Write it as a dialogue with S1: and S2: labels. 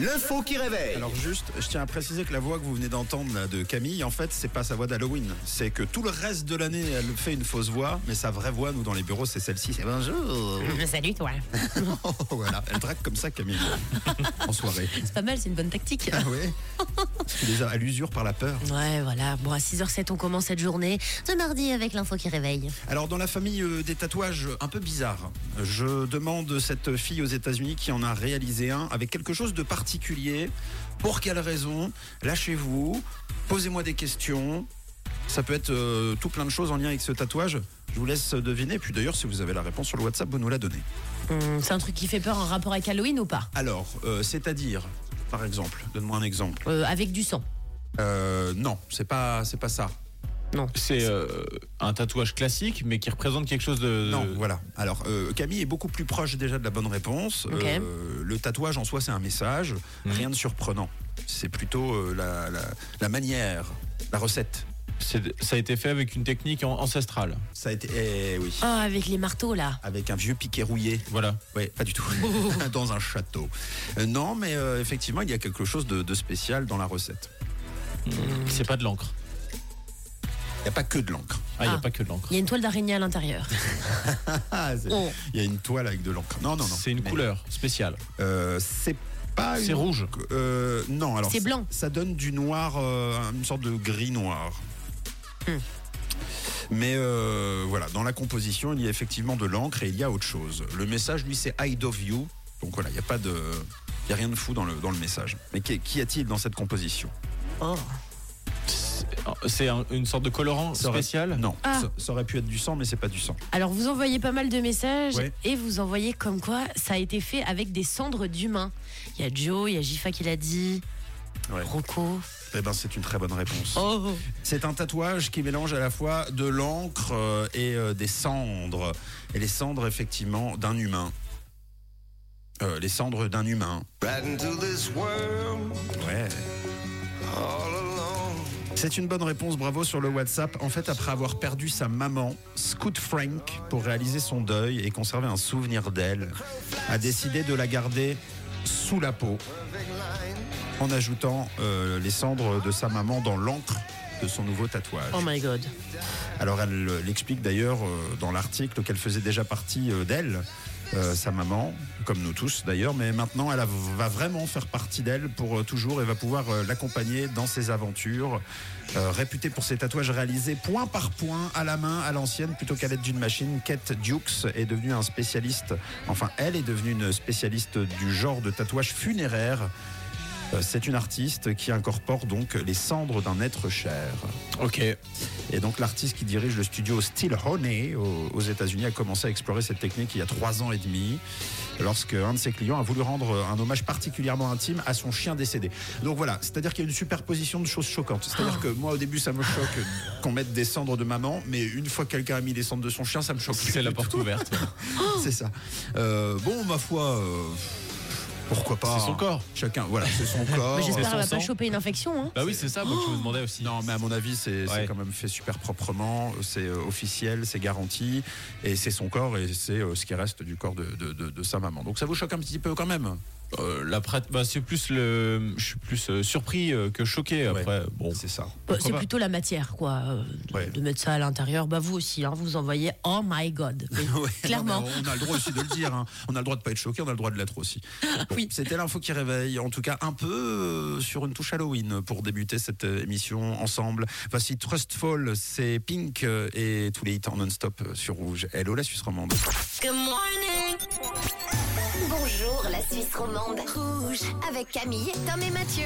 S1: L'info qui réveille.
S2: Alors juste, je tiens à préciser que la voix que vous venez d'entendre là, de Camille, en fait, c'est pas sa voix d'Halloween. C'est que tout le reste de l'année, elle fait une fausse voix, mais sa vraie voix, nous dans les bureaux, c'est celle-ci. C'est bonjour.
S3: Salut toi.
S2: Oh, voilà, elle drague comme ça Camille en soirée.
S3: C'est pas mal, c'est une bonne tactique.
S2: Ah ouais. Tu les as à l'usure par la peur.
S3: Ouais, voilà. Bon, à 6h07, on commence cette journée de mardi avec l'info qui réveille.
S2: Alors dans la famille euh, des tatouages un peu bizarres, je demande cette fille aux États-Unis qui en a réalisé un avec quelque chose de particulier. Pour quelle raison Lâchez-vous, posez-moi des questions. Ça peut être euh, tout plein de choses en lien avec ce tatouage. Je vous laisse deviner. Puis d'ailleurs, si vous avez la réponse sur le WhatsApp, vous nous la donnez.
S3: Hum, c'est un truc qui fait peur en rapport avec Halloween ou pas
S2: Alors, euh, c'est-à-dire, par exemple, donne-moi un exemple.
S3: Euh, Avec du sang.
S2: Euh, non, c'est pas, c'est pas ça.
S4: C'est euh, un tatouage classique, mais qui représente quelque chose de.
S2: Non, voilà. Alors, euh, Camille est beaucoup plus proche déjà de la bonne réponse.
S3: Ok.
S2: Euh, le tatouage en soi, c'est un message,
S4: Mhm.
S2: rien de surprenant. C'est plutôt euh, la, la- la manière, la recette.
S4: C'est- Ça a été fait avec une technique an- ancestrale.
S2: Ça a été, eh oui,
S3: Oh, avec les marteaux là.
S2: avec un vieux piquet rouillé.
S4: Voilà.
S2: Oui, pas du tout. dans un château. Euh, non, mais euh, effectivement, il y a quelque chose de, de spécial dans la recette.
S4: C'est pas de l'encre.
S2: Il n'y a pas que de l'encre.
S4: Ah, il n'y
S3: Ah.
S4: a pas que de l'encre.
S3: Il y a une toile d'araignée à l'intérieur.
S2: Ah, c'est-
S3: Oh.
S2: Il y a une toile avec de l'encre. Non, non, non.
S4: C'est une
S2: Mais-
S4: couleur spéciale.
S2: Euh, c'est pas.
S4: C'est
S2: une-
S4: rouge.
S2: Euh, non, alors.
S3: C'est
S2: ça-
S3: blanc.
S2: Ça donne du noir, euh, une sorte de gris noir.
S3: Hmm.
S2: Mais euh, voilà, dans la composition, il y a effectivement de l'encre et il y a autre chose. Le message, lui, c'est I love you. Donc voilà, il n'y a pas de. Il y a rien de fou dans le, dans le message. Mais qu'y- qu'y a-t-il dans cette composition
S3: Oh.
S4: C'est- C'est un- une sorte de colorant
S2: Ça aurait-
S4: spécial.
S2: Non,
S3: Ah.
S2: ça, ça aurait pu être du sang, mais c'est pas du sang.
S3: Alors, vous envoyez pas mal de messages
S2: Ouais.
S3: et vous envoyez comme quoi ça a été fait avec des cendres d'humains. Il y a Joe, il y a Jifa qui l'a dit,
S2: Ouais.
S3: Rocco.
S2: Eh ben, c'est une très bonne réponse.
S3: Oh.
S2: C'est un tatouage qui mélange à la fois de l'encre euh, et euh, des cendres. Et les cendres, effectivement, d'un humain. Euh, les cendres d'un humain.
S1: Right into this world
S2: Ouais.
S1: all alone.
S2: C'est une bonne réponse, bravo sur le WhatsApp. En fait, après avoir perdu sa maman, Scoot Frank, pour réaliser son deuil et conserver un souvenir d'elle, a décidé de la garder sous la peau en ajoutant euh, les cendres de sa maman dans l'encre de son nouveau tatouage.
S3: Oh my god.
S2: Alors elle euh, l'explique d'ailleurs euh, dans l'article qu'elle faisait déjà partie euh, d'elle, euh, sa maman, comme nous tous d'ailleurs, mais maintenant elle a- va vraiment faire partie d'elle pour euh, toujours et va pouvoir euh, l'accompagner dans ses aventures. Euh, réputée pour ses tatouages réalisés point par point, à la main, à l'ancienne, plutôt qu'à l'aide d'une machine, Kate Dukes est devenue un spécialiste, enfin elle est devenue une spécialiste du genre de tatouage funéraire. Euh, C'est une artiste qui incorpore donc les cendres d'un être cher.
S4: Ok.
S2: Et donc l'artiste qui dirige le studio Still Honey aux, aux États-Unis a commencé à explorer cette technique il y a trois ans et demi, lorsque un de ses clients a voulu rendre un hommage particulièrement intime à son chien décédé. Donc voilà, c'est-à-dire qu'il y a une superposition de choses choquantes. C'est-à-dire que moi au début ça me choque qu'on mette des cendres de maman, mais une fois que quelqu'un a mis les cendres de son chien, ça me choque. plus
S4: C'est la
S2: du
S4: porte
S2: tout.
S4: ouverte.
S2: C'est ça. Euh, bon ma foi. euh, pourquoi pas
S4: C'est son
S2: hein.
S4: corps.
S2: Chacun, voilà, c'est son corps.
S3: Bah, J'espère
S4: son
S3: qu'elle va pas
S4: sang.
S3: choper une infection. Hein.
S4: Bah oui, c'est ça. Moi, je me demandais aussi.
S2: Oh. Non, mais à mon avis, c'est c'est
S4: Ouais.
S2: quand même fait super proprement. C'est euh, officiel, c'est garanti. Et c'est son corps et c'est euh, ce qui reste du corps de, de- de- de sa maman. Donc ça vous choque un petit peu quand même.
S4: Euh, la prat- bah, c'est plus le. Je suis plus euh, surpris euh, que choqué après.
S2: Ouais.
S4: Bon.
S2: C'est ça.
S3: Bah,
S4: Pourquoi
S3: C'est
S4: pas
S3: plutôt la matière, quoi. euh, de-
S2: Ouais.
S3: De mettre ça à l'intérieur. Bah, vous aussi, hein, vous envoyez Oh my god. Mais Clairement.
S2: Non, mais on a le droit aussi de le dire. hein. On a le droit de pas être choqué, on a le droit de l'être aussi. Bon,
S3: Oui.
S2: C'était l'info qui réveille, en tout cas un peu euh, sur une touche Halloween pour débuter cette euh, émission ensemble. Voici Trustfall, c'est Pink euh, et tous les hits en non-stop euh, sur Rouge. Hello la Suisse romande.
S5: Good morning. Bonjour la Suisse romande. Rouge avec Camille, Tom et Mathieu.